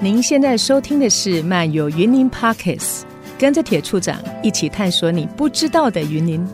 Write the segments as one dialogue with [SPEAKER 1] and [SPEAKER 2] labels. [SPEAKER 1] 您现在收听的是《漫游云林 Pockets》，跟着铁处长一起探索你不知道的云林。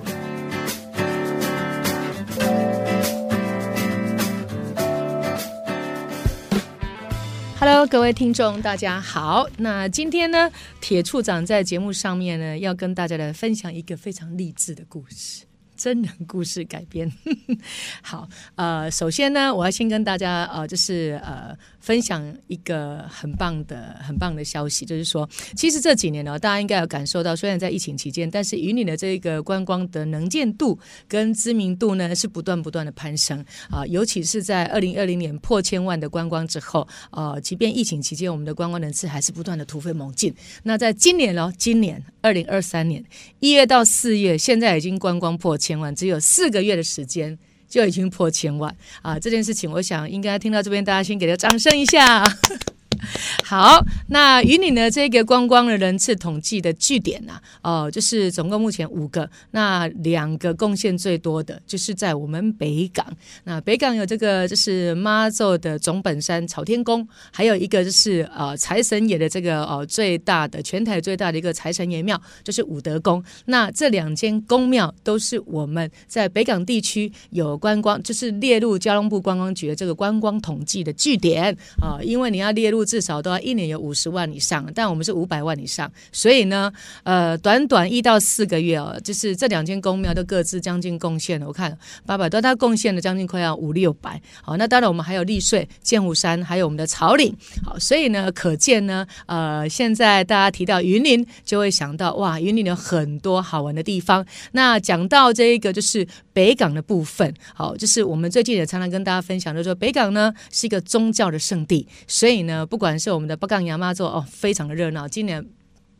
[SPEAKER 1] Hello，各位听众，大家好。那今天呢，铁处长在节目上面呢，要跟大家来分享一个非常励志的故事。真人故事改编， 好，呃，首先呢，我要先跟大家呃，就是呃，分享一个很棒的、很棒的消息，就是说，其实这几年呢，大家应该有感受到，虽然在疫情期间，但是云岭的这个观光的能见度跟知名度呢，是不断不断的攀升啊、呃尤其是在二零二零年破千万的观光之后，呃，即便疫情期间，我们的观光人次还是不断的突飞猛进。那在今年呢，今年二零二三年一月到四月，现在已经观光破千万，只有四个月的时间。就已经破千万啊！这件事情，我想应该听到这边，大家先给他掌声一下。 好，那云岭的这个观光的人次统计的据点呢、啊，哦、就是总共目前五个，那两个贡献最多的就是在我们北港。那北港有这个就是妈祖的总本山朝天宫，还有一个就是呃财神爷的这个呃最大的全台最大的一个财神爷庙，就是武德宫。那这两间宫庙都是我们在北港地区有观光，就是列入交通部观光局的这个观光统计的据点啊、因为你要列入至少都要一年有五十万以上，但我们是五百万以上，所以呢，呃，短短一到四个月哦，就是这两间公庙都各自将近贡献了，我看八百多，它贡献了将近快要五六百。好，那当然我们还有丽穗、剑湖山，还有我们的草岭。好，所以呢，可见呢，呃，现在大家提到云林，就会想到哇，云林有很多好玩的地方。那讲到这一个就是北港的部分，好，就是我们最近也常常跟大家分享，就是说北港呢是一个宗教的圣地，所以呢，不管是我们的北港亚妈座哦，非常的热闹，今年。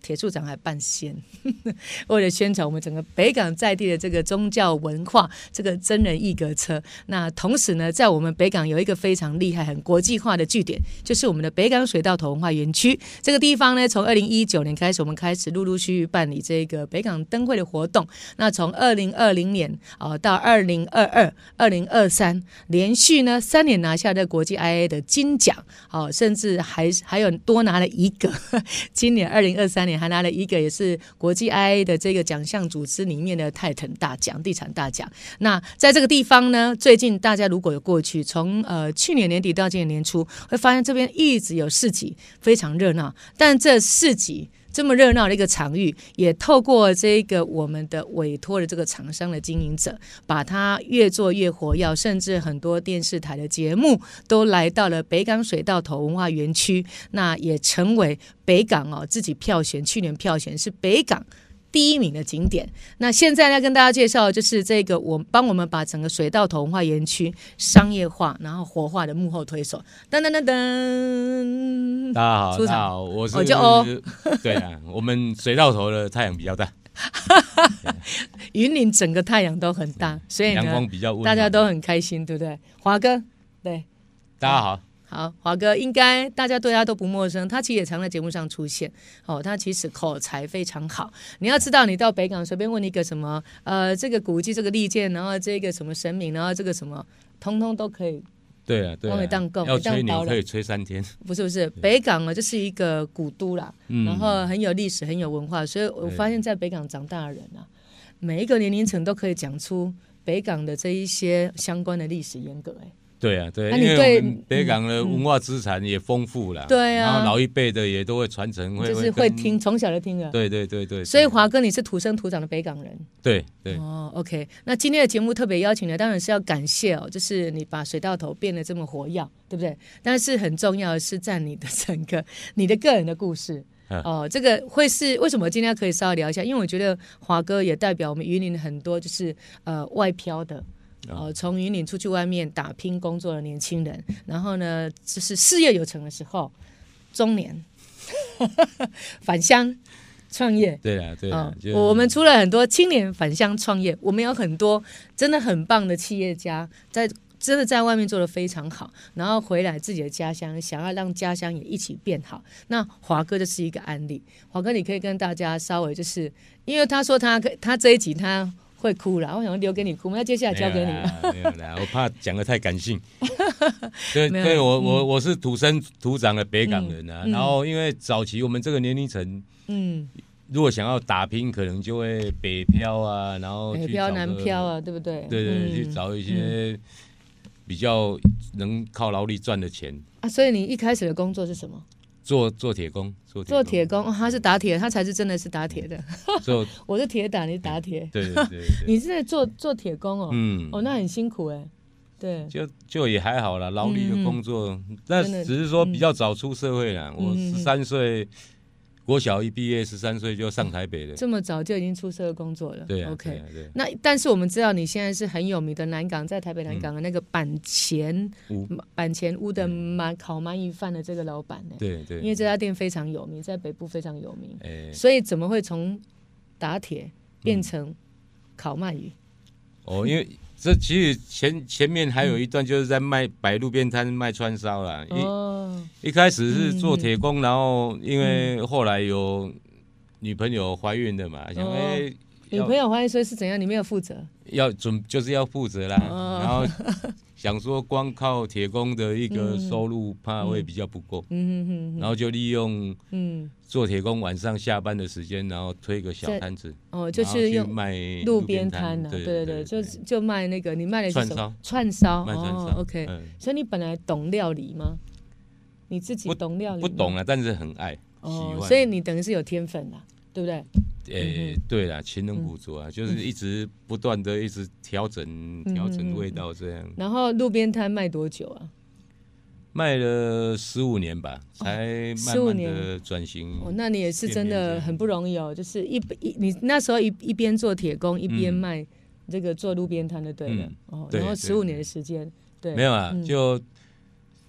[SPEAKER 1] 铁处长还办仙， 为了宣传我们整个北港在地的这个宗教文化，这个真人一格车。那同时呢，在我们北港有一个非常厉害、很国际化的据点，就是我们的北港水道头文化园区。这个地方呢，从二零一九年开始，我们开始陆陆续续办理这个北港灯会的活动。那从二零二零年啊、呃到二零二二、二零二三，连续呢三年拿下这国际 IA 的金奖，哦、甚至还还有多拿了一个。 今年二零二三年还拿了一个也是国际 IA 的这个奖项组织里面的泰腾大奖、地产大奖。那在这个地方呢，最近大家如果有过去，从呃去年年底到今年年初，会发现这边一直有市集，非常热闹。但这市集这么热闹的一个场域，也透过这个我们的委托的这个厂商的经营者，把它越做越活跃，甚至很多电视台的节目都来到了北港水道头文化园区，那也成为北港哦自己票选，去年票选是北港。第一名的景点，那现在要跟大家介绍，就是这个我帮我们把整个水道头文化园区商业化，然后活化的幕后推手，噔噔噔噔，
[SPEAKER 2] 大家好，
[SPEAKER 1] 出
[SPEAKER 2] 大
[SPEAKER 1] 场哦
[SPEAKER 2] 家好，我是
[SPEAKER 1] 我叫欧
[SPEAKER 2] 对啊，我们水稻头的太阳比较大，
[SPEAKER 1] 云林整个太阳都很大，所以
[SPEAKER 2] 阳光
[SPEAKER 1] 呢，
[SPEAKER 2] 比较温暖。
[SPEAKER 1] 啊大家都很开心，对不对？华哥，对，
[SPEAKER 2] 大家好，
[SPEAKER 1] 好，华哥应该大家对他都不陌生，他其实也常在节目上出现。哦，他其实口才非常好。你要知道，你到北港随便问一个什么，呃，这个古迹、这个利剑，然后这个什么神明，然后这个什么，通通都可以。
[SPEAKER 2] 对啊，对
[SPEAKER 1] 我们当
[SPEAKER 2] 啊
[SPEAKER 1] 共，
[SPEAKER 2] 要
[SPEAKER 1] 当
[SPEAKER 2] 吹
[SPEAKER 1] 包
[SPEAKER 2] 牛
[SPEAKER 1] 了
[SPEAKER 2] 可以吹三天，
[SPEAKER 1] 不是不是，北港啊，就是一个古都啦，
[SPEAKER 2] 嗯
[SPEAKER 1] 然后很有历史、很有文化，所以我发现在北港长大的人啊，每一个年龄层都可以讲出北港的这一些相关的历史严格、哎。
[SPEAKER 2] 对啊，对
[SPEAKER 1] 那
[SPEAKER 2] 啊，
[SPEAKER 1] 你
[SPEAKER 2] 因
[SPEAKER 1] 对嗯
[SPEAKER 2] 为我们北港的文化资产也丰富了，
[SPEAKER 1] 对啊
[SPEAKER 2] 然后老一辈的也都会传承，会
[SPEAKER 1] 就是会
[SPEAKER 2] 会跟，
[SPEAKER 1] 听，从小就听了。
[SPEAKER 2] 对对对对，
[SPEAKER 1] 所以华哥，你是土生土长的北港人
[SPEAKER 2] 对对
[SPEAKER 1] 哦。OK，那今天的节目特别邀请的当然是要感谢哦，就是你把水稻头变得这么活跃，对不对？但是很重要的是在你的 整个你的个人的故事。
[SPEAKER 2] 嗯
[SPEAKER 1] 哦，这个会是为什么今天可以稍微聊一下？因为我觉得华哥也代表我们云林很多就是呃外漂的，
[SPEAKER 2] 嗯
[SPEAKER 1] 哦、从云林出去外面打拼工作的年轻人，然后呢，就是事业有成的时候，中年 返乡创业，
[SPEAKER 2] 对啊，对啊
[SPEAKER 1] 嗯，
[SPEAKER 2] 就，
[SPEAKER 1] 我们除了很多青年返乡创业，我们有很多真的很棒的企业家在。真的在外面做的非常好，然后回来自己的家乡，想要让家乡也一起变好。那华哥就是一个案例。华哥，你可以跟大家稍微就是，因为他说他可他这一集他会哭了，我想留给你哭，那接下来交给你了。
[SPEAKER 2] 没有啦，没有啦，我怕讲的太 感性。对
[SPEAKER 1] 没有嗯
[SPEAKER 2] 对，我我我是土生土长的北港人啊。
[SPEAKER 1] 嗯嗯
[SPEAKER 2] 然后因为早期我们这个年龄层，
[SPEAKER 1] 嗯，
[SPEAKER 2] 如果想要打拼，可能就会北漂啊，然后
[SPEAKER 1] 北
[SPEAKER 2] 去
[SPEAKER 1] 漂
[SPEAKER 2] 找
[SPEAKER 1] 南
[SPEAKER 2] 个
[SPEAKER 1] 漂，啊，对不对？
[SPEAKER 2] 对对，
[SPEAKER 1] 嗯
[SPEAKER 2] 去找一些比较能靠劳力赚的钱，
[SPEAKER 1] 啊。所以你一开始的工作是什么？
[SPEAKER 2] 做做铁工，做
[SPEAKER 1] 做铁工，哦他是打铁，他才是真的是打铁的。
[SPEAKER 2] 工，做
[SPEAKER 1] 我是铁打，你是打铁，
[SPEAKER 2] 对对 对对，
[SPEAKER 1] 你是在做做铁工哦。
[SPEAKER 2] 嗯
[SPEAKER 1] 哦，那很辛苦哎。对，
[SPEAKER 2] 就就也还好啦，劳力的工作，
[SPEAKER 1] 嗯
[SPEAKER 2] 那、
[SPEAKER 1] 真的嗯
[SPEAKER 2] 只是说比较早出社会啦。我
[SPEAKER 1] 嗯嗯嗯
[SPEAKER 2] 十三岁，国小一毕业，十三岁就上台北了。
[SPEAKER 1] 这么早就已经出社会工作了。
[SPEAKER 2] 对啊
[SPEAKER 1] o
[SPEAKER 2] 对
[SPEAKER 1] k
[SPEAKER 2] 啊对啊，
[SPEAKER 1] 那但是我们知道你现在是很有名的南港，在台北南港的那个板前、
[SPEAKER 2] 嗯屋
[SPEAKER 1] 板前屋的鳗烤鳗鱼饭的这个老板呢，
[SPEAKER 2] 对啊对，
[SPEAKER 1] 因为这家店非常有名，在北部非常有名，
[SPEAKER 2] 哎、
[SPEAKER 1] 所以怎么会从打铁变
[SPEAKER 2] 嗯
[SPEAKER 1] 成烤鳗鱼？
[SPEAKER 2] 哦，因为这其实前前面还有一段就是在卖摆路边摊卖串烧啦。
[SPEAKER 1] 哦，
[SPEAKER 2] 一一开始是做
[SPEAKER 1] 嗯嗯
[SPEAKER 2] 铁工，然后因为后来有女朋友怀孕了嘛，想
[SPEAKER 1] 哦
[SPEAKER 2] 哎、
[SPEAKER 1] 女
[SPEAKER 2] 要
[SPEAKER 1] 朋友怀疑说是怎样？你没有负责，
[SPEAKER 2] 要准就是要负责啦，
[SPEAKER 1] 哦
[SPEAKER 2] 然后想说光靠铁工的一个收入怕会比较不够，
[SPEAKER 1] 嗯嗯哼哼
[SPEAKER 2] 然后就利用
[SPEAKER 1] 哼，嗯，
[SPEAKER 2] 做铁工晚上下班的时间，然后推个小摊子，
[SPEAKER 1] 哦，就
[SPEAKER 2] 然后
[SPEAKER 1] 是
[SPEAKER 2] 啊去
[SPEAKER 1] 用
[SPEAKER 2] 卖
[SPEAKER 1] 路边摊呐、
[SPEAKER 2] 对
[SPEAKER 1] 对对，
[SPEAKER 2] 对，
[SPEAKER 1] 就就卖那个，你卖的是什么？串烧，
[SPEAKER 2] 卖串烧
[SPEAKER 1] 哦，OK，、
[SPEAKER 2] 嗯
[SPEAKER 1] 所以你本来懂料理吗？你自己懂料理吗哦
[SPEAKER 2] 不懂啊，但是很爱，喜欢，
[SPEAKER 1] 所以你嗯等于是有天分啦，对不对？
[SPEAKER 2] 诶，对啦，勤
[SPEAKER 1] 嗯
[SPEAKER 2] 能补拙啊，就是一直不断的一直调
[SPEAKER 1] 嗯
[SPEAKER 2] 整调整味道，这样
[SPEAKER 1] 然后路边摊卖多久啊？
[SPEAKER 2] 卖了十五年吧，才慢
[SPEAKER 1] 15
[SPEAKER 2] 慢的
[SPEAKER 1] 年
[SPEAKER 2] 转型。
[SPEAKER 1] 哦，那你也是真
[SPEAKER 2] 嗯店面这
[SPEAKER 1] 的
[SPEAKER 2] 样
[SPEAKER 1] 很不容易哦，就是一一你那时候一一边做铁工，一边卖这个做路边摊的，对了
[SPEAKER 2] 嗯
[SPEAKER 1] 哦，
[SPEAKER 2] 对
[SPEAKER 1] 然后
[SPEAKER 2] 对
[SPEAKER 1] 十五年的时间，对，嗯
[SPEAKER 2] 没有啊，就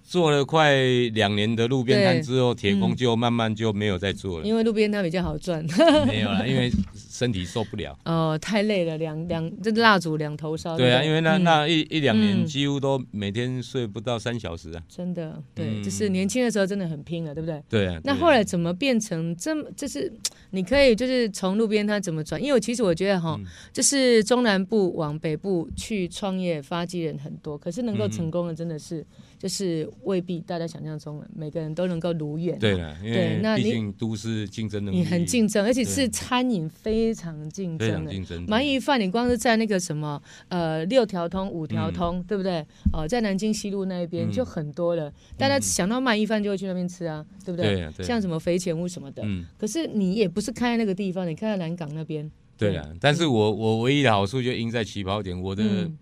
[SPEAKER 2] 做了快两年的路边摊之后，铁工就慢慢就没有再做了，
[SPEAKER 1] 因为路边摊比较好赚
[SPEAKER 2] 没有啦，因为身体受不了。
[SPEAKER 1] 哦，太累了，两两这蜡烛两头烧，
[SPEAKER 2] 对
[SPEAKER 1] 不
[SPEAKER 2] 啊，因为那、
[SPEAKER 1] 嗯
[SPEAKER 2] 那一一两
[SPEAKER 1] 嗯
[SPEAKER 2] 年几乎都每天睡不到三小时啊。
[SPEAKER 1] 真的对，
[SPEAKER 2] 嗯
[SPEAKER 1] 就是年轻的时候真的很拼了，对不对？
[SPEAKER 2] 对啊，
[SPEAKER 1] 那
[SPEAKER 2] 对啊
[SPEAKER 1] 后来怎么变成这么？就是你可以就是从路边摊怎么转？因为其实我觉得哈，
[SPEAKER 2] 嗯
[SPEAKER 1] 就是中南部往北部去创业发迹人很多，可是能够成功的真的
[SPEAKER 2] 嗯
[SPEAKER 1] 是、就是未必大家想象中的每个人都能够如愿、
[SPEAKER 2] 对。了，因为
[SPEAKER 1] 对那你
[SPEAKER 2] 毕竟都市竞争能力
[SPEAKER 1] 你很竞争，而且是
[SPEAKER 2] 对
[SPEAKER 1] 餐饮非常竞
[SPEAKER 2] 非
[SPEAKER 1] 争
[SPEAKER 2] 常
[SPEAKER 1] 的。
[SPEAKER 2] 竞争。
[SPEAKER 1] 鳗鱼饭，你光是在那个什么呃六条通、五条通，对不对？哦、在南京西路那一边
[SPEAKER 2] 嗯
[SPEAKER 1] 就很多了，大家想到鳗鱼饭就会去那边吃啊，对不对？
[SPEAKER 2] 对啊对啊
[SPEAKER 1] 像什么肥前屋什么的，
[SPEAKER 2] 嗯，
[SPEAKER 1] 可是你也不是开在那个地方，你开在南港那边。
[SPEAKER 2] 对啊，但是我我唯一的好处就赢在起跑点，我的
[SPEAKER 1] 嗯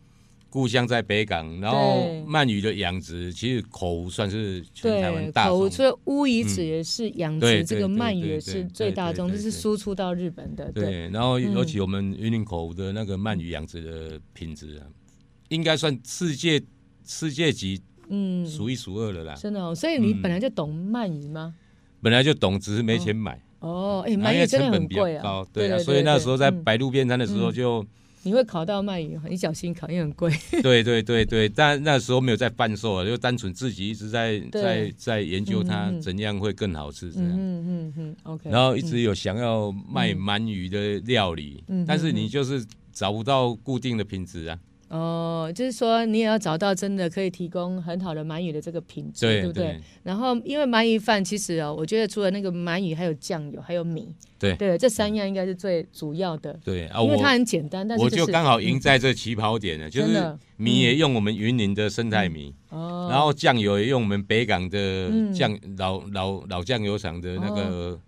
[SPEAKER 2] 故乡在北港，然后
[SPEAKER 1] 对
[SPEAKER 2] 鳗鱼的养殖其实口乌算是全台湾
[SPEAKER 1] 对，
[SPEAKER 2] 大
[SPEAKER 1] 口
[SPEAKER 2] 宗，
[SPEAKER 1] 所以乌鱼子也是养
[SPEAKER 2] 对
[SPEAKER 1] 殖，这
[SPEAKER 2] 对
[SPEAKER 1] 个鳗鱼
[SPEAKER 2] 对
[SPEAKER 1] 也
[SPEAKER 2] 对
[SPEAKER 1] 是
[SPEAKER 2] 对
[SPEAKER 1] 最大宗，
[SPEAKER 2] 对
[SPEAKER 1] 这
[SPEAKER 2] 对
[SPEAKER 1] 是输出到日本的。对，嗯
[SPEAKER 2] 对，然后尤其我们云林口的那个鳗鱼养殖的品质啊，应该算世界世界级
[SPEAKER 1] 嗯，
[SPEAKER 2] 数一数二了啦。
[SPEAKER 1] 真的哦。所以你本来就懂鳗鱼吗？
[SPEAKER 2] 本来就懂，只是没钱买，
[SPEAKER 1] 哦，哎，
[SPEAKER 2] 嗯然后因
[SPEAKER 1] 鳗鱼
[SPEAKER 2] 为
[SPEAKER 1] 真
[SPEAKER 2] 成
[SPEAKER 1] 的
[SPEAKER 2] 本
[SPEAKER 1] 很
[SPEAKER 2] 比较
[SPEAKER 1] 贵啊
[SPEAKER 2] 高，。对啊，
[SPEAKER 1] 对
[SPEAKER 2] 所以那时候在
[SPEAKER 1] 嗯
[SPEAKER 2] 摆路边摊的时候就，
[SPEAKER 1] 你会烤到鳗鱼，你小心烤，因为很贵。
[SPEAKER 2] 对对对对，但那时候没有在贩售啊，就单纯自己一直在
[SPEAKER 1] 对
[SPEAKER 2] 在在研究它
[SPEAKER 1] 嗯嗯嗯
[SPEAKER 2] 怎样会更好吃这样。
[SPEAKER 1] 嗯嗯嗯，OK。
[SPEAKER 2] 然后一直有想要卖鳗鱼的料理，
[SPEAKER 1] 嗯
[SPEAKER 2] 但是你就是找不到固定的品质啊。
[SPEAKER 1] 哦，就是说你也要找到真的可以提供很好的鳗鱼的这个品质，
[SPEAKER 2] 对
[SPEAKER 1] 对不对
[SPEAKER 2] 对？
[SPEAKER 1] 然后因为鳗鱼饭其实哦，我觉得除了那个鳗鱼，还有酱油，还有米，
[SPEAKER 2] 对
[SPEAKER 1] 对，这三样应该是最主要的，
[SPEAKER 2] 对啊，
[SPEAKER 1] 因为
[SPEAKER 2] 我
[SPEAKER 1] 它很简单，但是
[SPEAKER 2] 我
[SPEAKER 1] 就是
[SPEAKER 2] 就刚好赢在这起跑点了，就
[SPEAKER 1] 真
[SPEAKER 2] 是
[SPEAKER 1] 的嗯
[SPEAKER 2] 米也用我们云林的生态米，
[SPEAKER 1] 哦，
[SPEAKER 2] 然后酱油也用我们北港
[SPEAKER 1] 嗯
[SPEAKER 2] 的酱、老老老酱油厂的那个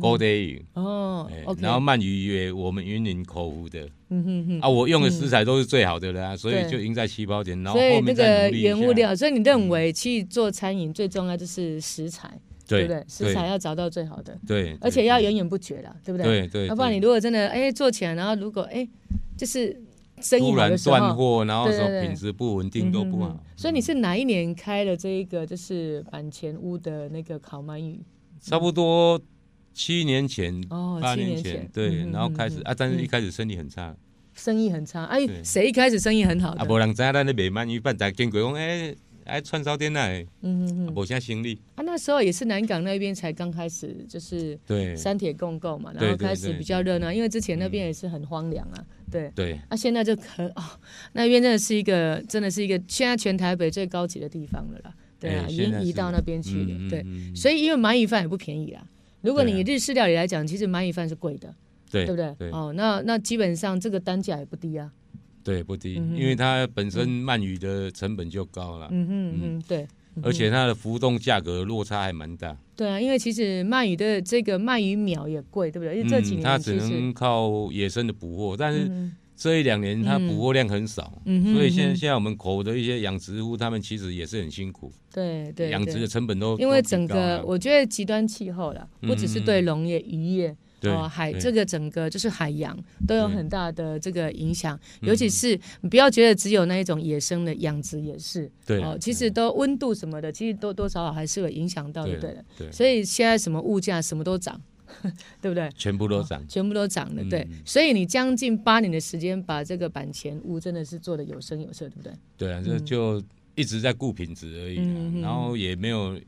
[SPEAKER 2] 锅底鱼，
[SPEAKER 1] 哦
[SPEAKER 2] 哎
[SPEAKER 1] ，OK，
[SPEAKER 2] 然后鳗鱼也我们云林口湖的
[SPEAKER 1] 嗯哼哼。
[SPEAKER 2] 啊，我用的食材都是最好的啦，所以
[SPEAKER 1] 对
[SPEAKER 2] 就赢在起跑点，然后
[SPEAKER 1] 所以
[SPEAKER 2] 后
[SPEAKER 1] 那
[SPEAKER 2] 面再
[SPEAKER 1] 个
[SPEAKER 2] 努力一
[SPEAKER 1] 原物
[SPEAKER 2] 下，嗯
[SPEAKER 1] 料，所以你认为去做餐饮最重要就是食材，
[SPEAKER 2] 对
[SPEAKER 1] 不对？食材要找到最好的，
[SPEAKER 2] 对，
[SPEAKER 1] 而且要源源不绝啦，对不对？
[SPEAKER 2] 对对，
[SPEAKER 1] 要不然
[SPEAKER 2] 对
[SPEAKER 1] 你如果真的哎做起来，然后如果哎就是生意
[SPEAKER 2] 突
[SPEAKER 1] 好
[SPEAKER 2] 然
[SPEAKER 1] 的时
[SPEAKER 2] 断
[SPEAKER 1] 候，
[SPEAKER 2] 货，然后
[SPEAKER 1] 对
[SPEAKER 2] 说
[SPEAKER 1] 对对
[SPEAKER 2] 品质不稳定都不
[SPEAKER 1] 嗯
[SPEAKER 2] 好
[SPEAKER 1] 哼，哼所以你是哪一年开的这一个就是板前屋的那个烤鳗鱼？
[SPEAKER 2] 差不多七年前、
[SPEAKER 1] 哦，
[SPEAKER 2] 八
[SPEAKER 1] 七年
[SPEAKER 2] 前，
[SPEAKER 1] 嗯
[SPEAKER 2] 对，
[SPEAKER 1] 哼
[SPEAKER 2] 然后开始
[SPEAKER 1] 嗯
[SPEAKER 2] 啊，但是一开始生意很差，啊
[SPEAKER 1] 生意很差。哎，
[SPEAKER 2] 对
[SPEAKER 1] 谁一开始生意很好
[SPEAKER 2] 啊，
[SPEAKER 1] 的？
[SPEAKER 2] 无人知咱咧卖鳗鱼饭，大家经过讲，哎，哎，串烧店那，
[SPEAKER 1] 嗯嗯嗯，
[SPEAKER 2] 无啥生理，
[SPEAKER 1] 啊，那时候也是南港那边才刚开始，就是
[SPEAKER 2] 对
[SPEAKER 1] 三铁共购嘛，然
[SPEAKER 2] 对
[SPEAKER 1] 后
[SPEAKER 2] 对
[SPEAKER 1] 开始
[SPEAKER 2] 对嗯
[SPEAKER 1] 比较热闹，因为之前那边也是很荒凉啊，对。
[SPEAKER 2] 对，
[SPEAKER 1] 啊，现在就可哦，那边真的是一个，真的是一个，现在全台北最高级的地方了啦，对啊，
[SPEAKER 2] 哎
[SPEAKER 1] 已
[SPEAKER 2] 现在
[SPEAKER 1] 经移
[SPEAKER 2] 是
[SPEAKER 1] 到那边去了，
[SPEAKER 2] 嗯嗯
[SPEAKER 1] 对，
[SPEAKER 2] 嗯
[SPEAKER 1] 所以因为鳗鱼饭也不便宜啦。如果
[SPEAKER 2] 对啊
[SPEAKER 1] 你日式料理来讲，其实鳗鱼饭是贵的，
[SPEAKER 2] 对
[SPEAKER 1] 对不对？
[SPEAKER 2] 对
[SPEAKER 1] 哦，那那基本上这个单价也不低啊。
[SPEAKER 2] 对不低，因为它本身鳗鱼的成本就高了，
[SPEAKER 1] 嗯哼嗯嗯哼，对
[SPEAKER 2] 而且它的浮动价格落差还蛮大，
[SPEAKER 1] 对啊，因为其实鳗鱼的这个鳗鱼苗也贵，对不对？因为这几
[SPEAKER 2] 嗯，它
[SPEAKER 1] 年
[SPEAKER 2] 只
[SPEAKER 1] 其实
[SPEAKER 2] 能靠野生的捕获，但是
[SPEAKER 1] 嗯
[SPEAKER 2] 这一两年它捕获量很少，
[SPEAKER 1] 嗯哼
[SPEAKER 2] 所以现在
[SPEAKER 1] 嗯哼
[SPEAKER 2] 现在我们口的一些养殖户，他们其实也是很辛苦，
[SPEAKER 1] 对对
[SPEAKER 2] 养
[SPEAKER 1] 对
[SPEAKER 2] 殖的成本都
[SPEAKER 1] 因为整
[SPEAKER 2] 都提高
[SPEAKER 1] 个
[SPEAKER 2] 了
[SPEAKER 1] 我觉得极端气候啦，不只是对农业、渔业。
[SPEAKER 2] 嗯对
[SPEAKER 1] 哦，海
[SPEAKER 2] 对
[SPEAKER 1] 这个整个就是海洋都有
[SPEAKER 2] 对嗯
[SPEAKER 1] 很大的这个影响，尤其是你不要觉得只有那一种野生的养殖也是，
[SPEAKER 2] 对
[SPEAKER 1] 哦
[SPEAKER 2] 对，
[SPEAKER 1] 其实都温度什么的，其实多多少少还是有影响到，对
[SPEAKER 2] 对
[SPEAKER 1] 不对的？
[SPEAKER 2] 嗯对，
[SPEAKER 1] 所以现在什么物价什么都涨， 对不对？
[SPEAKER 2] 全部都涨，
[SPEAKER 1] 全部都涨了，
[SPEAKER 2] 嗯
[SPEAKER 1] 对。所以你将近八年的时间把这个板前屋真的是做的有声有色，对不对？
[SPEAKER 2] 对啊，这就一直在顾品质而已啦
[SPEAKER 1] 嗯嗯嗯嗯，
[SPEAKER 2] 然后也没有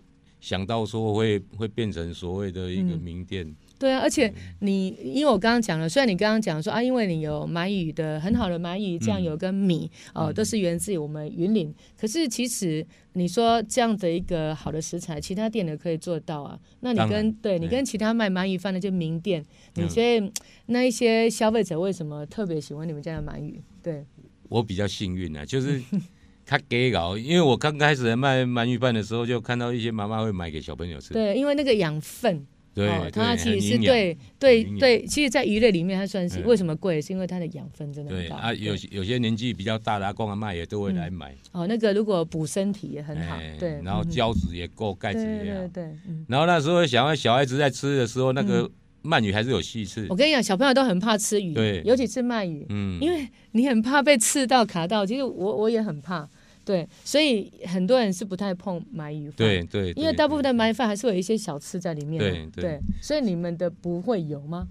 [SPEAKER 2] 想到说会会变成所谓的一个名店，
[SPEAKER 1] 对啊，而且
[SPEAKER 2] 嗯
[SPEAKER 1] 你因为我刚刚讲了，虽然你刚刚讲说啊，因为你有鳗鱼的很好的鳗鱼酱油跟米
[SPEAKER 2] 嗯
[SPEAKER 1] 哦、都是源自于我们云林，可是其实你说这样的一个好的食材，其他店也可以做到啊。那你
[SPEAKER 2] 当然
[SPEAKER 1] 跟对你
[SPEAKER 2] 对
[SPEAKER 1] 跟其他卖鳗鱼饭的就名店，你
[SPEAKER 2] 嗯
[SPEAKER 1] 觉得那一些消费者为什么特别喜欢你们家的鳗鱼？对，
[SPEAKER 2] 我比较幸运啊，就是 他给搞，因为我刚开始卖鳗鱼饭的时候，就看到一些妈妈会买给小朋友吃，
[SPEAKER 1] 对，因为那个养分，
[SPEAKER 2] 对
[SPEAKER 1] 哦，，它
[SPEAKER 2] 对
[SPEAKER 1] 其实
[SPEAKER 2] 很
[SPEAKER 1] 是
[SPEAKER 2] 营养
[SPEAKER 1] 对对
[SPEAKER 2] 很营养
[SPEAKER 1] 对，其实，在鱼类里面它算是
[SPEAKER 2] 嗯
[SPEAKER 1] 为什么贵，是因为它的养分真的
[SPEAKER 2] 对
[SPEAKER 1] 很高。
[SPEAKER 2] 啊，
[SPEAKER 1] 对
[SPEAKER 2] 有些有些年纪比较大的阿公阿妈也都会来买，
[SPEAKER 1] 哦，那个如果补身体也很好，
[SPEAKER 2] 哎
[SPEAKER 1] 对，
[SPEAKER 2] 然后
[SPEAKER 1] 嗯
[SPEAKER 2] 胶质也够，钙质
[SPEAKER 1] 对
[SPEAKER 2] 也
[SPEAKER 1] 对
[SPEAKER 2] 好。
[SPEAKER 1] 对，嗯，
[SPEAKER 2] 然后那时候小孩小孩子在吃的时候，那个鳗鱼还是有细刺
[SPEAKER 1] 我，跟你讲，小朋友都很怕吃鱼，
[SPEAKER 2] 对
[SPEAKER 1] 尤其是鳗鱼，
[SPEAKER 2] 嗯，
[SPEAKER 1] 因为你很怕被刺到、卡到。其实我我也很怕，对，所以很多人是不太碰鳗鱼饭，
[SPEAKER 2] 对，对，
[SPEAKER 1] 嗯因为
[SPEAKER 2] 对
[SPEAKER 1] 大部分的鳗鱼饭还是会有一些小刺在里面啊，
[SPEAKER 2] 对对
[SPEAKER 1] 所以你们的不会有吗？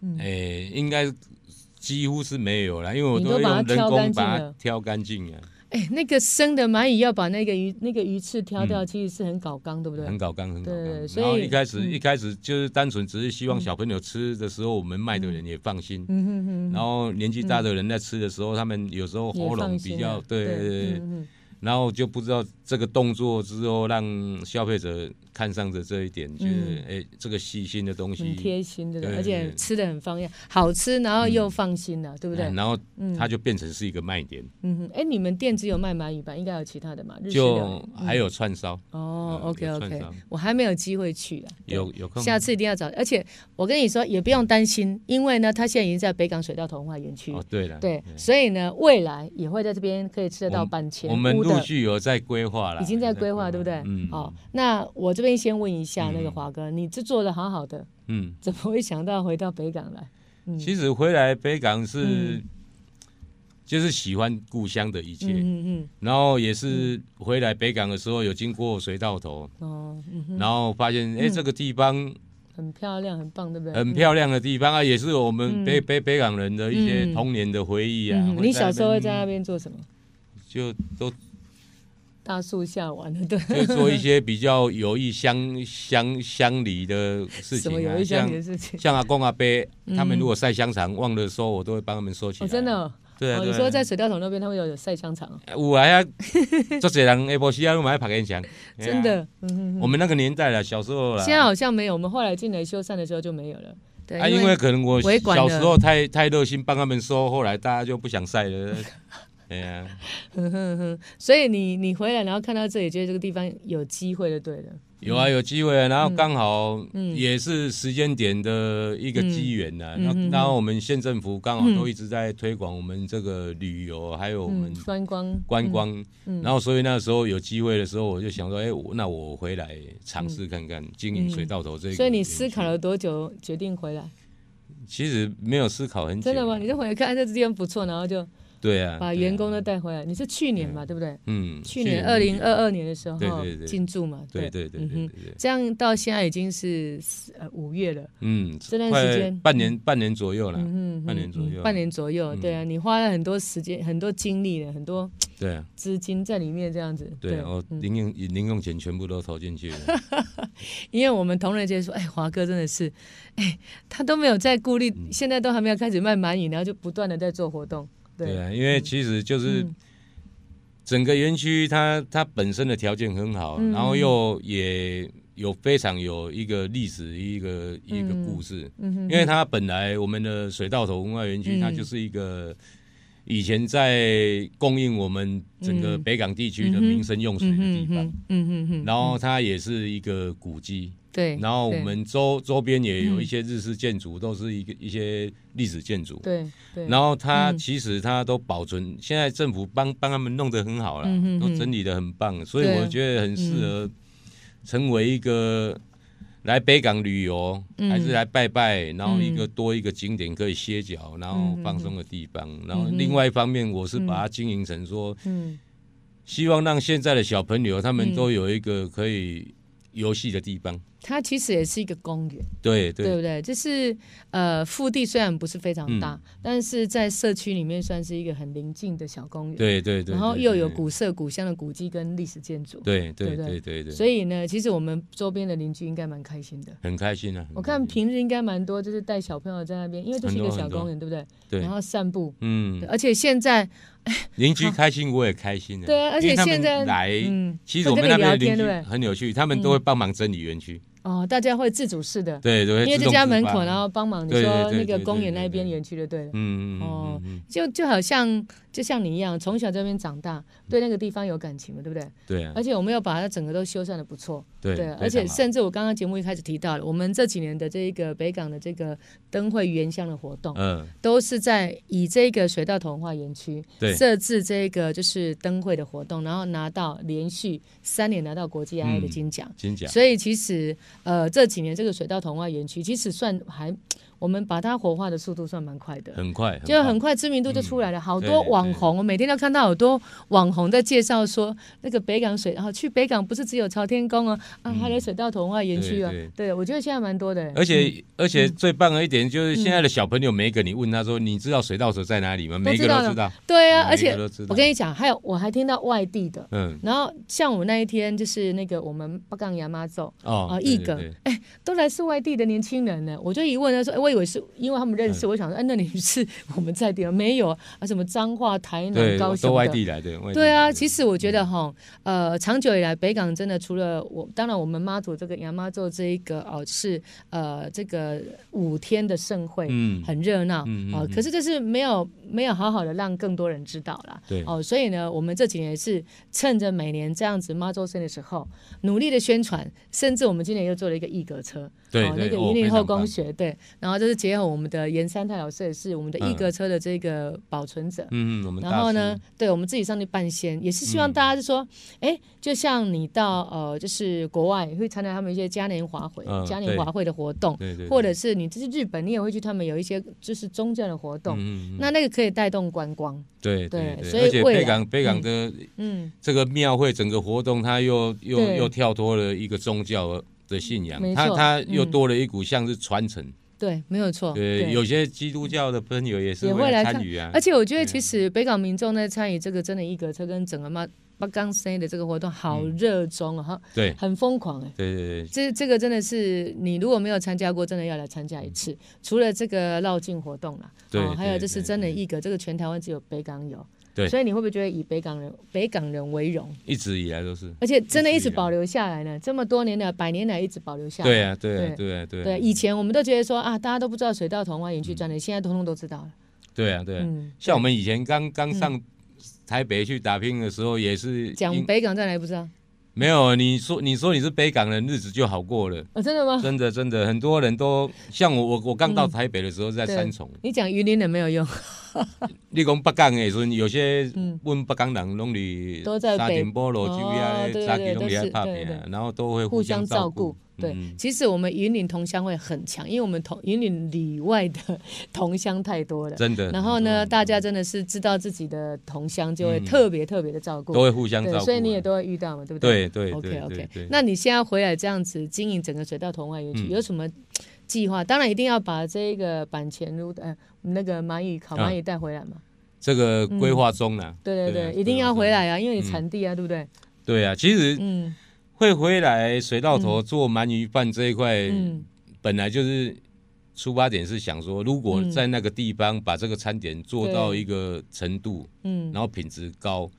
[SPEAKER 1] 嗯
[SPEAKER 2] 诶、哎应该几乎是没有啦，因为我
[SPEAKER 1] 你
[SPEAKER 2] 都
[SPEAKER 1] 都
[SPEAKER 2] 会
[SPEAKER 1] 把
[SPEAKER 2] 用
[SPEAKER 1] 它
[SPEAKER 2] 人
[SPEAKER 1] 挑干
[SPEAKER 2] 工
[SPEAKER 1] 净
[SPEAKER 2] 把
[SPEAKER 1] 了
[SPEAKER 2] 它挑干净啊，
[SPEAKER 1] 哎，那个生的鳗鱼要把那个鱼那个鱼刺挑掉，其实是很搞刚，对不对？
[SPEAKER 2] 嗯很搞刚，很搞
[SPEAKER 1] 对
[SPEAKER 2] 刚。
[SPEAKER 1] 所以
[SPEAKER 2] 然后一开始、
[SPEAKER 1] 嗯
[SPEAKER 2] 一开始就是单纯只是希望小朋友吃的时候，我们卖的人也放心。
[SPEAKER 1] 嗯哼哼，
[SPEAKER 2] 然后年纪大的人在吃的时候，他们有时候喉
[SPEAKER 1] 也
[SPEAKER 2] 咙
[SPEAKER 1] 放
[SPEAKER 2] 比
[SPEAKER 1] 心
[SPEAKER 2] 较
[SPEAKER 1] 啊
[SPEAKER 2] 对对对
[SPEAKER 1] 对，
[SPEAKER 2] 对
[SPEAKER 1] 嗯哼
[SPEAKER 2] 然后就不知道这个动作之后，让消费者看上的这一点，觉得
[SPEAKER 1] 嗯
[SPEAKER 2] 哎、诶这个细心的东
[SPEAKER 1] 很
[SPEAKER 2] 西，
[SPEAKER 1] 贴心，对不对？
[SPEAKER 2] 对
[SPEAKER 1] 而
[SPEAKER 2] 对
[SPEAKER 1] 且
[SPEAKER 2] 对
[SPEAKER 1] 吃的很方便，好吃，然后又放心了，对不对
[SPEAKER 2] 嗯？然后它就变成是一个卖点，
[SPEAKER 1] 嗯哼，哎，你们店只有卖鳗鱼吧？应该有其他的嘛？日式料理嗯
[SPEAKER 2] 就还有串烧，
[SPEAKER 1] 哦
[SPEAKER 2] 嗯
[SPEAKER 1] ，OK
[SPEAKER 2] 有串
[SPEAKER 1] OK，
[SPEAKER 2] 烧
[SPEAKER 1] 我还没有机会去了，对
[SPEAKER 2] 有有空
[SPEAKER 1] 下次一定要找。而且我跟你说，也不用担心，因为呢，它现在已经在北港水稻童话园区
[SPEAKER 2] 哦，，对了，
[SPEAKER 1] 对，所以呢，未来也会在这边可以吃得
[SPEAKER 2] 我
[SPEAKER 1] 到
[SPEAKER 2] 们
[SPEAKER 1] 板前
[SPEAKER 2] 我们
[SPEAKER 1] 屋
[SPEAKER 2] 陆
[SPEAKER 1] 的。
[SPEAKER 2] 续有在规划了，
[SPEAKER 1] 已经在规划，对不对？
[SPEAKER 2] 嗯，
[SPEAKER 1] 哦，那我这边先问一下那个华哥，你这做的好好的，
[SPEAKER 2] 嗯，
[SPEAKER 1] 怎么会想到回到北港来？
[SPEAKER 2] 其实回来北港是、就是喜欢故乡的一切，
[SPEAKER 1] 嗯嗯嗯
[SPEAKER 2] 然后也是回来北港的时候有经过水稻头，
[SPEAKER 1] 嗯，哦，嗯，嗯
[SPEAKER 2] 然后发现哎、诶这个地方
[SPEAKER 1] 很漂亮，很棒，对不对？
[SPEAKER 2] 很漂亮的地方啊，也是我们北、北北港人的一些
[SPEAKER 1] 嗯
[SPEAKER 2] 童年的回忆啊。
[SPEAKER 1] 嗯，
[SPEAKER 2] 会
[SPEAKER 1] 你小时候
[SPEAKER 2] 那
[SPEAKER 1] 会
[SPEAKER 2] 边
[SPEAKER 1] 在那边做什么？
[SPEAKER 2] 就都
[SPEAKER 1] 大树下玩的，对，
[SPEAKER 2] 就做一些比较有益乡乡乡里的事
[SPEAKER 1] 什
[SPEAKER 2] 情
[SPEAKER 1] 么有
[SPEAKER 2] 啊，
[SPEAKER 1] 一箱
[SPEAKER 2] 像
[SPEAKER 1] 你的事情。
[SPEAKER 2] 像阿公阿伯他们如果晒香肠忘了收，我都会帮他们收起
[SPEAKER 1] 嗯哦，
[SPEAKER 2] 来。
[SPEAKER 1] 真的哦，
[SPEAKER 2] 对啊，
[SPEAKER 1] 哦，
[SPEAKER 2] 对啊
[SPEAKER 1] 你说在水稻桶那边，他们有有晒香肠哦，
[SPEAKER 2] 有啊，遐 足侪人下晡时啊，拢嘛爱拍烟枪。
[SPEAKER 1] 真
[SPEAKER 2] 嘿啊，
[SPEAKER 1] 的。嗯哼，
[SPEAKER 2] 我们那个年代啦，小时候啦
[SPEAKER 1] 现，在好像没有，我们后来进来修缮的时候就没有了。对，
[SPEAKER 2] 啊，因为可能我
[SPEAKER 1] 维管
[SPEAKER 2] 小
[SPEAKER 1] 的
[SPEAKER 2] 时候太太热心帮他们收，后来大家就不想晒 了。哎呀，
[SPEAKER 1] 哼哼哼，所以你你回来，然后看到这里，觉得这个地方有机会就对了。
[SPEAKER 2] 有啊，有机会啊，然后刚
[SPEAKER 1] 嗯
[SPEAKER 2] 好也是时间点的一个机缘呐。
[SPEAKER 1] 嗯
[SPEAKER 2] 那然后我们县政府刚好都一直在推广我们这个旅游，还有我
[SPEAKER 1] 嗯
[SPEAKER 2] 们，
[SPEAKER 1] 观光
[SPEAKER 2] 观
[SPEAKER 1] 嗯
[SPEAKER 2] 光，然后所以那时候有机会的时候，我就想说，哎、我那我回来尝试看看经营水稻头这个、
[SPEAKER 1] 嗯所以你思考，了多久决定回来？
[SPEAKER 2] 其实没有思考很久，
[SPEAKER 1] 真的吗？？你就回来看，哎这地方不错，然后就
[SPEAKER 2] 对啊，
[SPEAKER 1] 把
[SPEAKER 2] 对啊
[SPEAKER 1] 员工都带回来。你是去年嘛，对不对？
[SPEAKER 2] 嗯，
[SPEAKER 1] 去年二零，二二年的时候
[SPEAKER 2] 对对对
[SPEAKER 1] 进驻嘛，
[SPEAKER 2] 对对对
[SPEAKER 1] 嗯
[SPEAKER 2] 对对
[SPEAKER 1] 哼
[SPEAKER 2] 对，
[SPEAKER 1] 这样到现在已经是呃五月了，
[SPEAKER 2] 嗯，
[SPEAKER 1] 这段时间
[SPEAKER 2] 快半年半年左右了，
[SPEAKER 1] 嗯哼，
[SPEAKER 2] 半年左右
[SPEAKER 1] 嗯半年左右，对啊，你花了很多时间、很多精力了，很多
[SPEAKER 2] 对啊
[SPEAKER 1] 资金在里面这样子。
[SPEAKER 2] 对啊，
[SPEAKER 1] 嗯
[SPEAKER 2] 我零用零用钱全部都投进去了。
[SPEAKER 1] 因为我们同仁节说，哎，华哥真的是，哎，他都没有在顾虑，
[SPEAKER 2] 嗯
[SPEAKER 1] 现在都还没有开始卖鳗鱼，然后就不断的在做活动。
[SPEAKER 2] 对啊，因为其实就是
[SPEAKER 1] 嗯
[SPEAKER 2] 整个园区它它本身的条件很好，
[SPEAKER 1] 嗯
[SPEAKER 2] 然后又也有非常有一个历史一个
[SPEAKER 1] 嗯
[SPEAKER 2] 一个故事，因为它本来我们的水稻头文化园区
[SPEAKER 1] 嗯
[SPEAKER 2] 它就是一个。以前在供应我们整个北港地区的民生用水的地
[SPEAKER 1] 嗯
[SPEAKER 2] 方，
[SPEAKER 1] 嗯嗯嗯，
[SPEAKER 2] 然后它也是一个古迹，
[SPEAKER 1] 对。嗯
[SPEAKER 2] 然后我们周周边也有一些日式建筑，都是一个一些历史建筑。
[SPEAKER 1] 对对，
[SPEAKER 2] 然后它
[SPEAKER 1] 嗯
[SPEAKER 2] 其实它都保存，现在政府帮帮他们弄得很好啦，
[SPEAKER 1] 嗯哼
[SPEAKER 2] 都
[SPEAKER 1] 哼
[SPEAKER 2] 整理得很棒，所以
[SPEAKER 1] 对嗯
[SPEAKER 2] 我觉得很适合成为一个来北港旅游、
[SPEAKER 1] 嗯
[SPEAKER 2] 还是来拜拜，然后一个多一个景点可以歇脚，然
[SPEAKER 1] 嗯
[SPEAKER 2] 后放松的地方。然后另外一方面，我是把它经营成说，
[SPEAKER 1] 嗯
[SPEAKER 2] 希望让现在的小朋友他们都有一个可以游戏的地方。
[SPEAKER 1] 它其实也是一个公园，
[SPEAKER 2] 对
[SPEAKER 1] 对
[SPEAKER 2] 对
[SPEAKER 1] 不对？就是呃，腹地虽然不是非常大，
[SPEAKER 2] 嗯
[SPEAKER 1] 但是在社区里面算是一个很邻近的小公园，
[SPEAKER 2] 对对对，
[SPEAKER 1] 然后
[SPEAKER 2] 对
[SPEAKER 1] 又有，古色古香的古迹跟历史建筑，
[SPEAKER 2] 对对
[SPEAKER 1] 对不对
[SPEAKER 2] 对对对，
[SPEAKER 1] 所以呢，其实我们周边的邻居应该蛮开心的。
[SPEAKER 2] 很开心啊。很
[SPEAKER 1] 我
[SPEAKER 2] 开
[SPEAKER 1] 看
[SPEAKER 2] 心
[SPEAKER 1] 平日应该蛮多，就是带小朋友在那边，因为就是一个
[SPEAKER 2] 很多
[SPEAKER 1] 小
[SPEAKER 2] 很多
[SPEAKER 1] 公园，对不对？
[SPEAKER 2] 对
[SPEAKER 1] 然，后散步，
[SPEAKER 2] 嗯
[SPEAKER 1] 对，而且现在
[SPEAKER 2] 邻居开心，我也开心啊。
[SPEAKER 1] 对啊而且
[SPEAKER 2] 因为他们
[SPEAKER 1] 现在
[SPEAKER 2] 来，
[SPEAKER 1] 嗯，
[SPEAKER 2] 其实我们那边的邻
[SPEAKER 1] 会跟你聊天对不对
[SPEAKER 2] 居很有趣，他们都会帮忙整理园区，
[SPEAKER 1] 哦，大家会自主式的，
[SPEAKER 2] 对对，
[SPEAKER 1] 嗯因为就
[SPEAKER 2] 自动
[SPEAKER 1] 家
[SPEAKER 2] 自
[SPEAKER 1] 门
[SPEAKER 2] 发
[SPEAKER 1] 口，然后帮忙你
[SPEAKER 2] 对对
[SPEAKER 1] 说
[SPEAKER 2] 对
[SPEAKER 1] 那个
[SPEAKER 2] 对
[SPEAKER 1] 公
[SPEAKER 2] 对
[SPEAKER 1] 园
[SPEAKER 2] 对
[SPEAKER 1] 那边
[SPEAKER 2] 对
[SPEAKER 1] 园区就对了。
[SPEAKER 2] 嗯嗯
[SPEAKER 1] 哦
[SPEAKER 2] 嗯嗯，
[SPEAKER 1] 就就好像就像你一样，从小这边长大，对那个地方有感情了，对不对？
[SPEAKER 2] 对啊
[SPEAKER 1] 而，且我们又把它整个都修缮的不错，
[SPEAKER 2] 对啊非常
[SPEAKER 1] 而且
[SPEAKER 2] 好
[SPEAKER 1] 甚至我刚刚节目一开始提到了，我们这几年的这一个北港的这个灯会原乡的活动，
[SPEAKER 2] 嗯，
[SPEAKER 1] 都是在以这个水稻同文化园区
[SPEAKER 2] 对
[SPEAKER 1] 设置这个就是灯会的活动，然后拿到连续三年拿到国
[SPEAKER 2] 嗯
[SPEAKER 1] 际 I 的金奖。
[SPEAKER 2] 金甲，
[SPEAKER 1] 所以其实，呃，这几年这个水稻同文化园区其实算还，我们把它活化的速度算蛮快的。
[SPEAKER 2] 很快，
[SPEAKER 1] 就
[SPEAKER 2] 棒
[SPEAKER 1] 很快知名度就出来了，好多
[SPEAKER 2] 对对
[SPEAKER 1] 网红，我每天都看到好多网红在介绍说，那个北港水，然后去北港不是只有朝天宫哦，啊，还有水稻童话园区哦
[SPEAKER 2] 嗯对对，
[SPEAKER 1] 对，我觉得现在蛮多的，
[SPEAKER 2] 而且而且
[SPEAKER 1] 嗯
[SPEAKER 2] 最棒的一点就是，现在的小朋友每一个你问他说，你知道水稻蛇在哪里吗？每一个
[SPEAKER 1] 都
[SPEAKER 2] 都
[SPEAKER 1] 知
[SPEAKER 2] 知道，
[SPEAKER 1] 对啊，
[SPEAKER 2] 每一个
[SPEAKER 1] 而且
[SPEAKER 2] 都知道
[SPEAKER 1] 我跟你讲，还有我还听到外地的，
[SPEAKER 2] 嗯，
[SPEAKER 1] 然后像我那一天就是那个我们北港牙妈走，
[SPEAKER 2] 哦
[SPEAKER 1] 啊，，
[SPEAKER 2] 对
[SPEAKER 1] 一个
[SPEAKER 2] 对对
[SPEAKER 1] 哎，都来自外地的年轻人呢。我就一问他说，哎，我以为是因为他们认识，我想说，哎，那你是我们在地吗？没有啊，什么彰化、台南、高
[SPEAKER 2] 对，
[SPEAKER 1] 雄
[SPEAKER 2] 都外
[SPEAKER 1] 的。
[SPEAKER 2] 地来的，外地
[SPEAKER 1] 对
[SPEAKER 2] 来
[SPEAKER 1] 啊，
[SPEAKER 2] 的
[SPEAKER 1] 其实我觉得哈，呃，长久以来北港真的除了我，当然我们妈祖这个杨妈祖这一个哦是呃这个五天的盛会，
[SPEAKER 2] 嗯
[SPEAKER 1] 很热闹
[SPEAKER 2] 嗯嗯
[SPEAKER 1] 哦，可是就是没有没有好好的让更多人知道啦。
[SPEAKER 2] 对
[SPEAKER 1] 哦，所以呢，我们这几年也是趁着每年这样子妈周生的时候，努力的宣传，甚至我们今年又做了一个义格车，
[SPEAKER 2] 对
[SPEAKER 1] 哦，那
[SPEAKER 2] 对
[SPEAKER 1] 个
[SPEAKER 2] 哦
[SPEAKER 1] 云
[SPEAKER 2] 非
[SPEAKER 1] 林后
[SPEAKER 2] 常
[SPEAKER 1] 宫
[SPEAKER 2] 棒
[SPEAKER 1] 学对，然后就是结合我们的严三太老师也是我们的
[SPEAKER 2] 嗯
[SPEAKER 1] 义格车的这个保存者，
[SPEAKER 2] 嗯，嗯我们
[SPEAKER 1] 然
[SPEAKER 2] 大
[SPEAKER 1] 后
[SPEAKER 2] 师嗯
[SPEAKER 1] 呢，，对我们自己上去办仙，也是希望大家就说，哎、就像你到呃，就是国外会参加他们一些嘉年华会、
[SPEAKER 2] 嗯
[SPEAKER 1] 嘉年华会的活动，
[SPEAKER 2] 对对，
[SPEAKER 1] 或
[SPEAKER 2] 对
[SPEAKER 1] 者是你就是日本，你也会去他们有一些就是宗教的活动，
[SPEAKER 2] 嗯嗯嗯
[SPEAKER 1] 那那个可以带动观光，
[SPEAKER 2] 对
[SPEAKER 1] 对
[SPEAKER 2] 对
[SPEAKER 1] 所
[SPEAKER 2] 对，
[SPEAKER 1] 以
[SPEAKER 2] 而且
[SPEAKER 1] 未来
[SPEAKER 2] 北港北港的
[SPEAKER 1] 嗯，
[SPEAKER 2] 这个庙会整个活动，它又又
[SPEAKER 1] 对
[SPEAKER 2] 又跳脱了一个宗教的信仰
[SPEAKER 1] 没，
[SPEAKER 2] 它
[SPEAKER 1] 错
[SPEAKER 2] 它
[SPEAKER 1] 嗯哦
[SPEAKER 2] 又多了一股像是传承。
[SPEAKER 1] 对，没有错，
[SPEAKER 2] 对，有些基督教的朋友也是
[SPEAKER 1] 也会来
[SPEAKER 2] 来
[SPEAKER 1] 看
[SPEAKER 2] 参与啊。
[SPEAKER 1] 而且我觉得，其实北港民众在参与这个真的一格车跟整个嘛八杠森的这个活动，好
[SPEAKER 2] 嗯
[SPEAKER 1] 热衷啊，哈、
[SPEAKER 2] 对
[SPEAKER 1] 很疯狂哎、
[SPEAKER 2] 对对对，
[SPEAKER 1] 这这个真的是你如果没有参加过，真的要来参加一次。除了这个绕境活动啦，
[SPEAKER 2] 嗯对
[SPEAKER 1] 哦，还有
[SPEAKER 2] 对
[SPEAKER 1] 就是
[SPEAKER 2] 对
[SPEAKER 1] 真的
[SPEAKER 2] 对
[SPEAKER 1] 一个，这个全台湾只有北港有，
[SPEAKER 2] 对
[SPEAKER 1] 所以你会不会觉得以北港人北港人为荣？
[SPEAKER 2] 一直以来都是。
[SPEAKER 1] 而且真的一
[SPEAKER 2] 一直
[SPEAKER 1] 直
[SPEAKER 2] 以来
[SPEAKER 1] 保留下来呢，这么多年来，百年来一直保留下来。
[SPEAKER 2] 啊对啊，对啊
[SPEAKER 1] 对，
[SPEAKER 2] 对啊，对
[SPEAKER 1] 对
[SPEAKER 2] 啊，
[SPEAKER 1] 以前我们都觉得说啊，大家都不知道水稻同花园区专的，现在通通都知道了。
[SPEAKER 2] 对啊，对啊。
[SPEAKER 1] 嗯，
[SPEAKER 2] 像我们以前刚刚上台北去打拼的时候，也是
[SPEAKER 1] 讲
[SPEAKER 2] 因
[SPEAKER 1] 北港在哪里不知道？
[SPEAKER 2] 没有你说你说你是北港人，日子就好过了。
[SPEAKER 1] 哦，真的吗？
[SPEAKER 2] 真的真的，很多人都像我我我刚到台北的时候是在
[SPEAKER 1] 对
[SPEAKER 2] 三重，
[SPEAKER 1] 你讲云林人没有用，
[SPEAKER 2] 你讲北港的时阵，有些问北港人拢伫
[SPEAKER 1] 嗯都在北
[SPEAKER 2] 沙田波罗酒
[SPEAKER 1] 哦
[SPEAKER 2] 啊
[SPEAKER 1] 对对，
[SPEAKER 2] 沙基拢
[SPEAKER 1] 对
[SPEAKER 2] 伫
[SPEAKER 1] 都是
[SPEAKER 2] 遐拍
[SPEAKER 1] 对对
[SPEAKER 2] 拼，啊然后都会
[SPEAKER 1] 互相
[SPEAKER 2] 相
[SPEAKER 1] 照顾
[SPEAKER 2] 顾。。
[SPEAKER 1] 对，
[SPEAKER 2] 嗯
[SPEAKER 1] 其实我们云林同乡会很强，因为我们同云林里外的 同乡太多了。
[SPEAKER 2] 真的。嗯
[SPEAKER 1] 然后呢，大家真的是知道自己的同乡，就会特别特别的照顾。
[SPEAKER 2] 都会互相照
[SPEAKER 1] 对，
[SPEAKER 2] 顾，啊
[SPEAKER 1] 所以你也都会遇到嘛，对不对？
[SPEAKER 2] 对对
[SPEAKER 1] OK
[SPEAKER 2] 对
[SPEAKER 1] OK，
[SPEAKER 2] 对对。
[SPEAKER 1] 那你现在回来这样子经营整个水稻同化园区，
[SPEAKER 2] 嗯
[SPEAKER 1] 有什么计划？当然一定要把这个板前路的呃那个蚂蚁烤
[SPEAKER 2] 啊
[SPEAKER 1] 蚂蚁带回来嘛。
[SPEAKER 2] 这个规划中呢、
[SPEAKER 1] 嗯对对对，
[SPEAKER 2] 啊
[SPEAKER 1] 一定要回。来啊，因为你
[SPEAKER 2] 嗯
[SPEAKER 1] 产地啊，对不对？
[SPEAKER 2] 对啊，其实
[SPEAKER 1] 嗯
[SPEAKER 2] 会回来水稻头做鳗鱼饭这一块，
[SPEAKER 1] 嗯
[SPEAKER 2] 本来就是出发点是想说，如果在那个地方把这个餐点做
[SPEAKER 1] 嗯
[SPEAKER 2] 到
[SPEAKER 1] 对
[SPEAKER 2] 一个程度，
[SPEAKER 1] 嗯，
[SPEAKER 2] 然后品质高，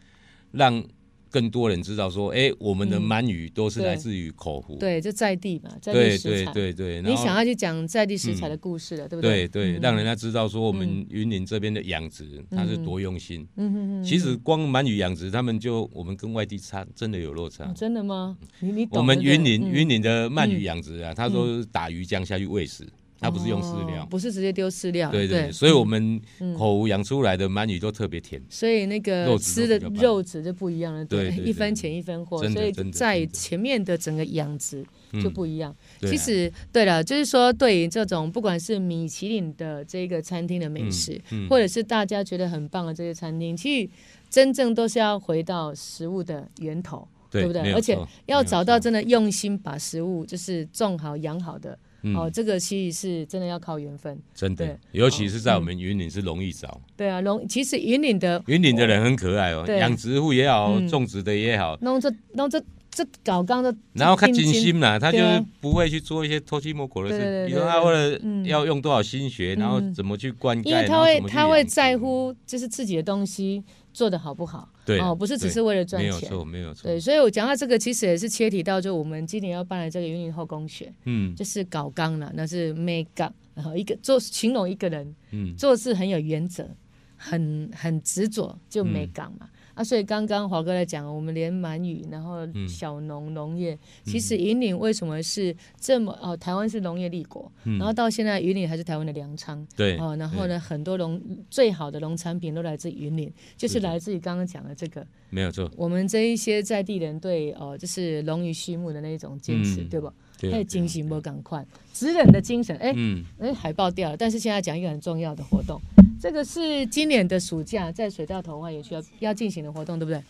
[SPEAKER 2] 让更多人知道说，哎、我们的鳗鱼都是
[SPEAKER 1] 对
[SPEAKER 2] 来自于口湖。
[SPEAKER 1] 对，就在地嘛，在地
[SPEAKER 2] 对
[SPEAKER 1] 食
[SPEAKER 2] 对
[SPEAKER 1] 材。
[SPEAKER 2] 对对，
[SPEAKER 1] 你
[SPEAKER 2] 然后嗯
[SPEAKER 1] 想要去讲在地食材的嗯故事了，对不
[SPEAKER 2] 对
[SPEAKER 1] 对？嗯
[SPEAKER 2] 对，让人家知道说我们云林这边的养殖它是多用心。
[SPEAKER 1] 嗯
[SPEAKER 2] 其实光鳗鱼养殖，他们就我们跟外地差真的有落差
[SPEAKER 1] 哦。真的吗？你你懂
[SPEAKER 2] 我们
[SPEAKER 1] 对不
[SPEAKER 2] 云
[SPEAKER 1] 对
[SPEAKER 2] 林
[SPEAKER 1] 嗯
[SPEAKER 2] 云林的鳗鱼养殖啊，它都是打鱼浆下去喂食，它不是用饲
[SPEAKER 1] 哦
[SPEAKER 2] 料。
[SPEAKER 1] 不是直接丢饲料，
[SPEAKER 2] 对对，
[SPEAKER 1] 对。嗯
[SPEAKER 2] 所以我们口湖养出来的鳗鱼都特别甜。
[SPEAKER 1] 所以那个
[SPEAKER 2] 肉质
[SPEAKER 1] 吃的
[SPEAKER 2] 都比较棒
[SPEAKER 1] 肉质就不一样了，
[SPEAKER 2] 对对对
[SPEAKER 1] 一分钱一分货，
[SPEAKER 2] 真的
[SPEAKER 1] 所以
[SPEAKER 2] 真的
[SPEAKER 1] 在
[SPEAKER 2] 真的
[SPEAKER 1] 前面的整个养殖就不一样。
[SPEAKER 2] 对啊
[SPEAKER 1] 其实对了，就是说对于这种不管是米其林的这个餐厅的美食，
[SPEAKER 2] 嗯
[SPEAKER 1] 或者是大家觉得很棒的这些餐厅，其实真正都是要回到食物的源头，
[SPEAKER 2] 对
[SPEAKER 1] 不对
[SPEAKER 2] 没？有
[SPEAKER 1] 而且
[SPEAKER 2] 错
[SPEAKER 1] 要找到
[SPEAKER 2] 没有错
[SPEAKER 1] 真的用心把食物就是种好养好的。哦，
[SPEAKER 2] 嗯
[SPEAKER 1] 这个其实是真的要靠缘分，
[SPEAKER 2] 真
[SPEAKER 1] 对
[SPEAKER 2] 的，尤其是在我们云林是容易找。
[SPEAKER 1] 对啊，龙其实引领的
[SPEAKER 2] 云林的人很可爱哦，
[SPEAKER 1] 对嗯
[SPEAKER 2] 养殖户也好，种植的也好，
[SPEAKER 1] 弄这弄这这搞刚的，
[SPEAKER 2] 然后看
[SPEAKER 1] 拼
[SPEAKER 2] 尽心啦，他就
[SPEAKER 1] 对啊
[SPEAKER 2] 是不会去做一些偷鸡摸狗的
[SPEAKER 1] 对对
[SPEAKER 2] 事。
[SPEAKER 1] 对
[SPEAKER 2] 比如说
[SPEAKER 1] 对
[SPEAKER 2] 他
[SPEAKER 1] 对嗯
[SPEAKER 2] 为了要用多少心血，然后怎么去灌溉，
[SPEAKER 1] 因为
[SPEAKER 2] 然
[SPEAKER 1] 他
[SPEAKER 2] 后
[SPEAKER 1] 会
[SPEAKER 2] 怎么去
[SPEAKER 1] 他会
[SPEAKER 2] 养殖
[SPEAKER 1] 在乎就是自己的东西做的好不好，
[SPEAKER 2] 对
[SPEAKER 1] 哦，不是只
[SPEAKER 2] 对
[SPEAKER 1] 是为了赚
[SPEAKER 2] 没有
[SPEAKER 1] 钱。
[SPEAKER 2] 错，没有错
[SPEAKER 1] 对，。所以我讲到这个，其实也是切题到，就我们今年要办的这个云林后宫学，
[SPEAKER 2] 嗯
[SPEAKER 1] 就是搞纲了，那是 make up，然后一个做形容一个人
[SPEAKER 2] 嗯，
[SPEAKER 1] 做事很有原则，很很执着，就 make up
[SPEAKER 2] 嗯
[SPEAKER 1] 嘛。啊，所以刚刚华哥在讲，我们连满语，然后
[SPEAKER 2] 嗯
[SPEAKER 1] 小农农业，其实云林为什么是这么哦？台湾是农业立国，然后到现在云林还是台湾的粮仓，
[SPEAKER 2] 嗯对。
[SPEAKER 1] 哦，然后
[SPEAKER 2] 对？
[SPEAKER 1] 呢，很多农最好的农产品都来自云林，就是
[SPEAKER 2] 是的
[SPEAKER 1] 来自于刚刚讲的这个，
[SPEAKER 2] 没有错，
[SPEAKER 1] 我们这一些在地人对呃，就是农渔畜牧的那一种坚持，
[SPEAKER 2] 嗯
[SPEAKER 1] 对不？
[SPEAKER 2] 对
[SPEAKER 1] 还
[SPEAKER 2] 啊
[SPEAKER 1] 有精神不赶快，职人的精神，哎、
[SPEAKER 2] 嗯，
[SPEAKER 1] 哎、海报掉了，但是现在讲一个很重要的活动，这个是今年的暑假在水稻头花园区要要进行的活动，对不对？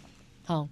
[SPEAKER 1] 好，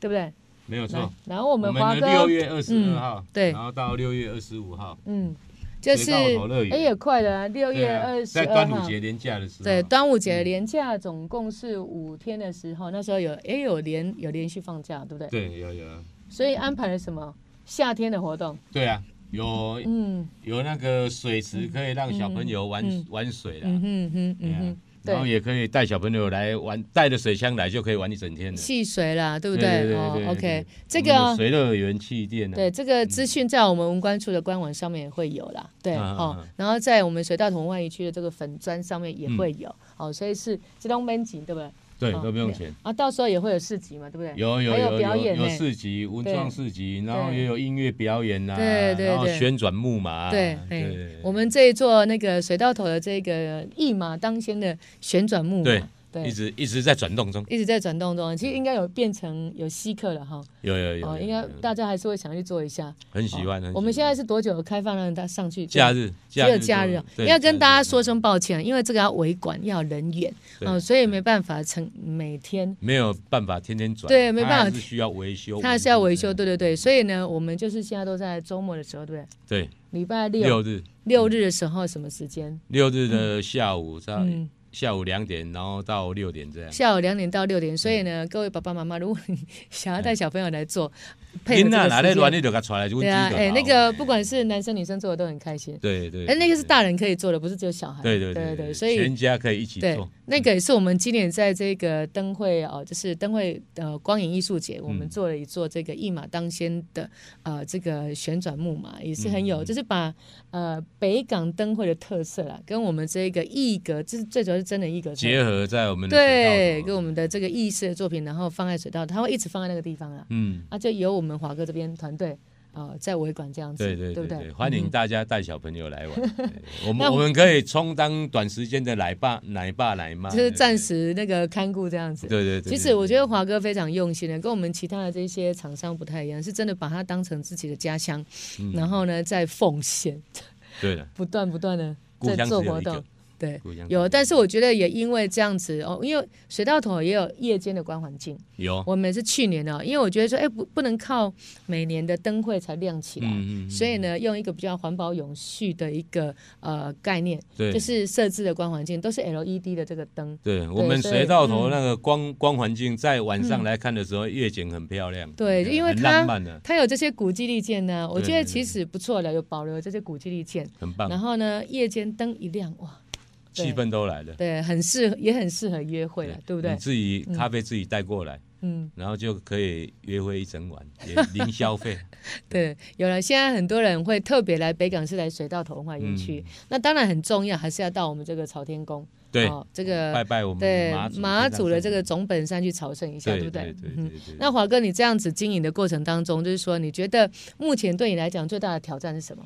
[SPEAKER 1] 对不对？
[SPEAKER 2] 没有
[SPEAKER 1] 来
[SPEAKER 2] 错。，
[SPEAKER 1] 然后我
[SPEAKER 2] 我
[SPEAKER 1] 们
[SPEAKER 2] 们
[SPEAKER 1] 华
[SPEAKER 2] 的
[SPEAKER 1] 哥，嗯
[SPEAKER 2] 六月二十二号，
[SPEAKER 1] 对
[SPEAKER 2] 然后到六月二十五号，
[SPEAKER 1] 嗯，就是
[SPEAKER 2] 水稻头乐
[SPEAKER 1] 哎、
[SPEAKER 2] 园
[SPEAKER 1] 也快了啊，六
[SPEAKER 2] 对
[SPEAKER 1] 月
[SPEAKER 2] 啊
[SPEAKER 1] 二十
[SPEAKER 2] 在
[SPEAKER 1] 二
[SPEAKER 2] 端
[SPEAKER 1] 号
[SPEAKER 2] 午。节连假的时候，嗯
[SPEAKER 1] 对，端午节连假总共是五天的时候，那时候有也有连有连续放假，对不对？
[SPEAKER 2] 对，有有，
[SPEAKER 1] 所以安排了什么夏天的活动？
[SPEAKER 2] 对啊，有
[SPEAKER 1] 嗯
[SPEAKER 2] 有那个水池可以让小朋友玩玩水啦，
[SPEAKER 1] 嗯哼哼
[SPEAKER 2] 对
[SPEAKER 1] 嗯
[SPEAKER 2] 啊
[SPEAKER 1] 哼，
[SPEAKER 2] 然后
[SPEAKER 1] 对，
[SPEAKER 2] 也可以带小朋友来玩，带着水枪来就可以玩一整天的。
[SPEAKER 1] 戏水啦，对不
[SPEAKER 2] 对对对
[SPEAKER 1] 哦
[SPEAKER 2] 对对
[SPEAKER 1] ，OK，
[SPEAKER 2] 对
[SPEAKER 1] 这
[SPEAKER 2] 我们
[SPEAKER 1] 个
[SPEAKER 2] 的水乐园气垫呢？啊
[SPEAKER 1] 对这个资讯在我们文官处的官网上面也会有啦，对
[SPEAKER 2] 嗯嗯
[SPEAKER 1] 哦
[SPEAKER 2] 嗯，
[SPEAKER 1] 然后在我们水稻同外渔区的这个粉砖上面也会有哦，所以是这东门景对不对？
[SPEAKER 2] 嗯对，
[SPEAKER 1] 哦
[SPEAKER 2] 都不用钱。
[SPEAKER 1] 啊，到时候也会有市集嘛，对不对？
[SPEAKER 2] 有有
[SPEAKER 1] 还有
[SPEAKER 2] 有
[SPEAKER 1] 表演
[SPEAKER 2] 有有
[SPEAKER 1] 呢
[SPEAKER 2] 市集、文创市集，然后
[SPEAKER 1] 对
[SPEAKER 2] 也有音乐表演呐，
[SPEAKER 1] 对对
[SPEAKER 2] 然后
[SPEAKER 1] 对
[SPEAKER 2] 旋转木马，啊
[SPEAKER 1] 对，哎
[SPEAKER 2] 对，，
[SPEAKER 1] 我们这一座那个水稻头的这个一马当先的旋转木马，
[SPEAKER 2] 对
[SPEAKER 1] 对
[SPEAKER 2] 一直一直在转动中，
[SPEAKER 1] 一直在转动中，其实应该有变成有稀客了哈，
[SPEAKER 2] 有有有
[SPEAKER 1] 哦，
[SPEAKER 2] 有，
[SPEAKER 1] 应该
[SPEAKER 2] 有有
[SPEAKER 1] 大家还是会想去做一下。哦
[SPEAKER 2] 很喜欢。很喜
[SPEAKER 1] 我们
[SPEAKER 2] 欢
[SPEAKER 1] 现在是多久开放让大家上去？
[SPEAKER 2] 假日，
[SPEAKER 1] 只有假日哦，
[SPEAKER 2] 对
[SPEAKER 1] 要跟
[SPEAKER 2] 假
[SPEAKER 1] 大家
[SPEAKER 2] 对
[SPEAKER 1] 说声抱歉，因为这个要维管，要人员，
[SPEAKER 2] 对
[SPEAKER 1] 哦，所以没办法成每天。
[SPEAKER 2] 没有办法天天转，
[SPEAKER 1] 对没
[SPEAKER 2] 它
[SPEAKER 1] 办法
[SPEAKER 2] 还是需要维修，
[SPEAKER 1] 它还是要维修，对对对，所以呢，我们就是现在都在周末的时候，对不对？
[SPEAKER 2] 对。
[SPEAKER 1] 礼拜六
[SPEAKER 2] 六日
[SPEAKER 1] 六日的时候什么时间？
[SPEAKER 2] 六日的下午到
[SPEAKER 1] 嗯
[SPEAKER 2] 下午两点，然后到六点这样。
[SPEAKER 1] 下午两点到六点，所以呢，各位爸爸妈妈，如果 你想要带小朋友来做，配合这
[SPEAKER 2] 那
[SPEAKER 1] 个
[SPEAKER 2] 哪来乱
[SPEAKER 1] 时间，
[SPEAKER 2] 你就给他传来就问
[SPEAKER 1] 对啊，
[SPEAKER 2] 鸡就
[SPEAKER 1] 哎，
[SPEAKER 2] 好
[SPEAKER 1] 那个不管是男生女生做的都很开心，
[SPEAKER 2] 对哦对，
[SPEAKER 1] 哎，那个是
[SPEAKER 2] 对
[SPEAKER 1] 大人可以做的，不是只有小孩，
[SPEAKER 2] 对对
[SPEAKER 1] 对
[SPEAKER 2] 对
[SPEAKER 1] 对，
[SPEAKER 2] 对，
[SPEAKER 1] 所以
[SPEAKER 2] 全家可以一起
[SPEAKER 1] 对
[SPEAKER 2] 做，，嗯
[SPEAKER 1] 那个也是我们今年在这个灯会哦，就是灯会呃光影艺术
[SPEAKER 2] 嗯
[SPEAKER 1] 节，我们做了一座这个一马当先的呃这个旋转木马，也是很
[SPEAKER 2] 嗯
[SPEAKER 1] 有，就是把呃北港灯会的特色啦，跟我们这个艺格，这是最主要是真的艺格
[SPEAKER 2] 结合在我们的
[SPEAKER 1] 对，
[SPEAKER 2] 水稻头
[SPEAKER 1] 跟我们的这个意式的作品，然后放在水稻，它会一直放在那个地方啦。
[SPEAKER 2] 嗯，
[SPEAKER 1] 啊，就由我们华哥这边团队啊、呃在维管这样子，
[SPEAKER 2] 对对
[SPEAKER 1] 不
[SPEAKER 2] 对
[SPEAKER 1] 对？嗯
[SPEAKER 2] 对，欢迎大家带小朋友来玩，对
[SPEAKER 1] 那
[SPEAKER 2] 我们
[SPEAKER 1] 我
[SPEAKER 2] 我们可以充当短时间的奶爸奶爸奶妈，
[SPEAKER 1] 就是暂
[SPEAKER 2] 时
[SPEAKER 1] 时那个看顾这样子。
[SPEAKER 2] 对对对，
[SPEAKER 1] 其实我觉得华哥非常用心的，跟我们其他的这些厂商不太一样，是真的把它当成自己的家乡，
[SPEAKER 2] 嗯
[SPEAKER 1] 然后呢在奉献，
[SPEAKER 2] 得对的，
[SPEAKER 1] 不断不断的
[SPEAKER 2] 故
[SPEAKER 1] 在
[SPEAKER 2] 乡只
[SPEAKER 1] 做
[SPEAKER 2] 有
[SPEAKER 1] 活
[SPEAKER 2] 一个
[SPEAKER 1] 动。对
[SPEAKER 2] 故乡，
[SPEAKER 1] 有，但是我觉得也因为这样子哦，因为水稻头也有夜间的观环境。
[SPEAKER 2] 有，
[SPEAKER 1] 我们是去年哦，因为我觉得说，哎，不不能靠每年的灯会才亮起来，
[SPEAKER 2] 嗯嗯嗯
[SPEAKER 1] 所以呢，用一个比较环保永续的一个呃概念，
[SPEAKER 2] 对
[SPEAKER 1] 就，是设置的光环境都是 LED 的这个灯，
[SPEAKER 2] 对我们
[SPEAKER 1] 所以
[SPEAKER 2] 水稻头那个
[SPEAKER 1] 嗯
[SPEAKER 2] 光光环境，在晚上来看的时候，夜景很漂亮，
[SPEAKER 1] 对
[SPEAKER 2] 嗯
[SPEAKER 1] 因为
[SPEAKER 2] 很
[SPEAKER 1] 它
[SPEAKER 2] 浪漫的，
[SPEAKER 1] 它有这些古迹利件呢，我觉得
[SPEAKER 2] 对啊
[SPEAKER 1] 其实不错了，有保留这些古迹利件，
[SPEAKER 2] 很棒
[SPEAKER 1] 然，后呢，夜间灯一亮，哇，对
[SPEAKER 2] 气氛都来了，
[SPEAKER 1] 对，很适合，也很适合约会了，对不对
[SPEAKER 2] 你？自己咖啡自己带过来，
[SPEAKER 1] 嗯，
[SPEAKER 2] 然后就可以约会一整晚，也零 消费，
[SPEAKER 1] 对，有了。现在很多人会特别来北港，是来水稻头文化园区，那当然很重要，还是要到我们这个朝天宫，
[SPEAKER 2] 嗯对，
[SPEAKER 1] 哦、这个
[SPEAKER 2] 拜拜我们
[SPEAKER 1] 对
[SPEAKER 2] 祖
[SPEAKER 1] 马祖的这个
[SPEAKER 2] 上
[SPEAKER 1] 总本山去朝圣一下，
[SPEAKER 2] 山，
[SPEAKER 1] 不
[SPEAKER 2] 对
[SPEAKER 1] 对？
[SPEAKER 2] 对
[SPEAKER 1] 嗯
[SPEAKER 2] 对对，
[SPEAKER 1] 那华哥，你这样子经营的过程当中，就是说，你觉得目前对你来讲最大的挑战是什么？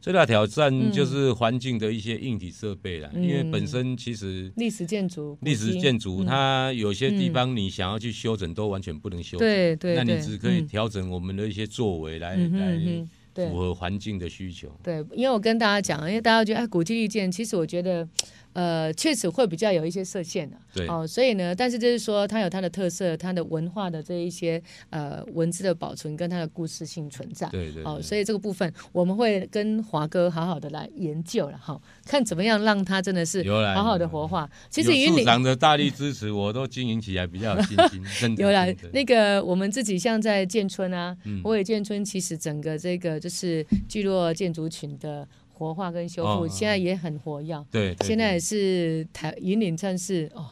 [SPEAKER 2] 最大挑战就是环境的一些硬体设备啦，
[SPEAKER 1] 嗯
[SPEAKER 2] 因为本身其实
[SPEAKER 1] 历史建筑、
[SPEAKER 2] 历史
[SPEAKER 1] 筑，
[SPEAKER 2] 建筑它有些
[SPEAKER 1] 嗯
[SPEAKER 2] 地方你想要去修整都完全不能修整，
[SPEAKER 1] 对对对，
[SPEAKER 2] 那你只可以
[SPEAKER 1] 嗯
[SPEAKER 2] 调整我们的一些作为来
[SPEAKER 1] 嗯哼
[SPEAKER 2] 来
[SPEAKER 1] 嗯哼对
[SPEAKER 2] 符合环境的需求。
[SPEAKER 1] 对，因为我跟大家讲，因为大家觉得哎，古迹历建，其实我觉得，呃，确实会比较有一些设限的、
[SPEAKER 2] 对
[SPEAKER 1] 哦，所以呢，但是就是说，它有它的特色，它的文化的这一些呃文字的保存跟它的故事性存在。
[SPEAKER 2] 对对
[SPEAKER 1] 哦，
[SPEAKER 2] 对
[SPEAKER 1] 所以这个部分我们会跟华哥好好的来研究了哈、看怎么样让它真的是
[SPEAKER 2] 有啦
[SPEAKER 1] 好好的
[SPEAKER 2] 有啦
[SPEAKER 1] 活化。其实
[SPEAKER 2] 有
[SPEAKER 1] 云
[SPEAKER 2] 处
[SPEAKER 1] 林
[SPEAKER 2] 长的大力支持，我都经营起来比较有信 心。真的
[SPEAKER 1] 有啦
[SPEAKER 2] 真的，
[SPEAKER 1] 那个我们自己像在建村啊，
[SPEAKER 2] 嗯
[SPEAKER 1] 我也建村，其实整个这个就是聚落建筑群的活化跟修复，
[SPEAKER 2] 哦
[SPEAKER 1] 现在也很活跃。
[SPEAKER 2] 对，对
[SPEAKER 1] 现在也
[SPEAKER 2] 对
[SPEAKER 1] 是台云岭算是哦，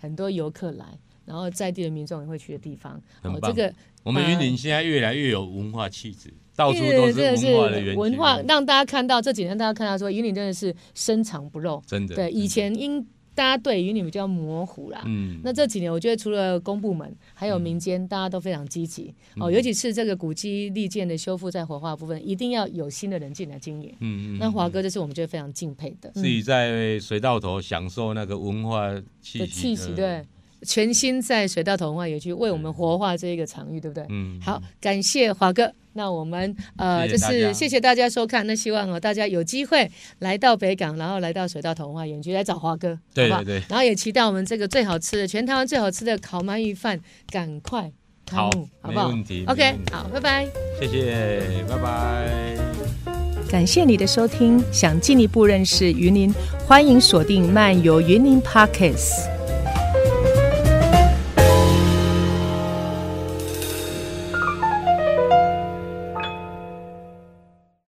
[SPEAKER 1] 很多游客来，然后在地的民众也会去的地方。
[SPEAKER 2] 很
[SPEAKER 1] 哦，这
[SPEAKER 2] 棒
[SPEAKER 1] 个
[SPEAKER 2] 我们云林现在越来越有文化气质，到处都是文化的
[SPEAKER 1] 这个
[SPEAKER 2] 源
[SPEAKER 1] 是
[SPEAKER 2] 泉。
[SPEAKER 1] 文化，让大家看到这几天大家看到说云岭真的是深藏不露。
[SPEAKER 2] 真的
[SPEAKER 1] 对，以前因大家对云岭比较模糊啦，
[SPEAKER 2] 嗯，
[SPEAKER 1] 那这几年，我觉得除了公部门，还有民间，大家都非常积极
[SPEAKER 2] 嗯
[SPEAKER 1] 哦。尤其是这个古迹利建的修复再活化部分，一定要有新的人进来经营。
[SPEAKER 2] 嗯嗯，
[SPEAKER 1] 那华哥，这是我们觉得非常敬佩的，嗯
[SPEAKER 2] 自己在水稻头享受那个文化气
[SPEAKER 1] 的
[SPEAKER 2] 息
[SPEAKER 1] 气息，
[SPEAKER 2] 呃
[SPEAKER 1] 对，全新在水稻头文化园区为我们活化这一个场域，对不对？
[SPEAKER 2] 嗯，
[SPEAKER 1] 好，感谢华哥。那我们呃，
[SPEAKER 2] 谢
[SPEAKER 1] 就是
[SPEAKER 2] 谢大家
[SPEAKER 1] 谢谢大家收看。那希望哦，大家有机会来到北港，然后来到水稻头文化园区来找华哥，好
[SPEAKER 2] 对
[SPEAKER 1] 不好
[SPEAKER 2] 对对
[SPEAKER 1] 然后也期待我们这个最好吃的，全台湾最好吃的烤鳗鱼饭，赶快开
[SPEAKER 2] 好
[SPEAKER 1] 幕，好
[SPEAKER 2] 没
[SPEAKER 1] 不好
[SPEAKER 2] 问题没
[SPEAKER 1] ？OK，
[SPEAKER 2] 问题
[SPEAKER 1] 好，拜拜。
[SPEAKER 2] 谢谢，拜拜。
[SPEAKER 1] 感谢你的收听，想进一步认识云林，欢迎锁定漫游云林 Pockets。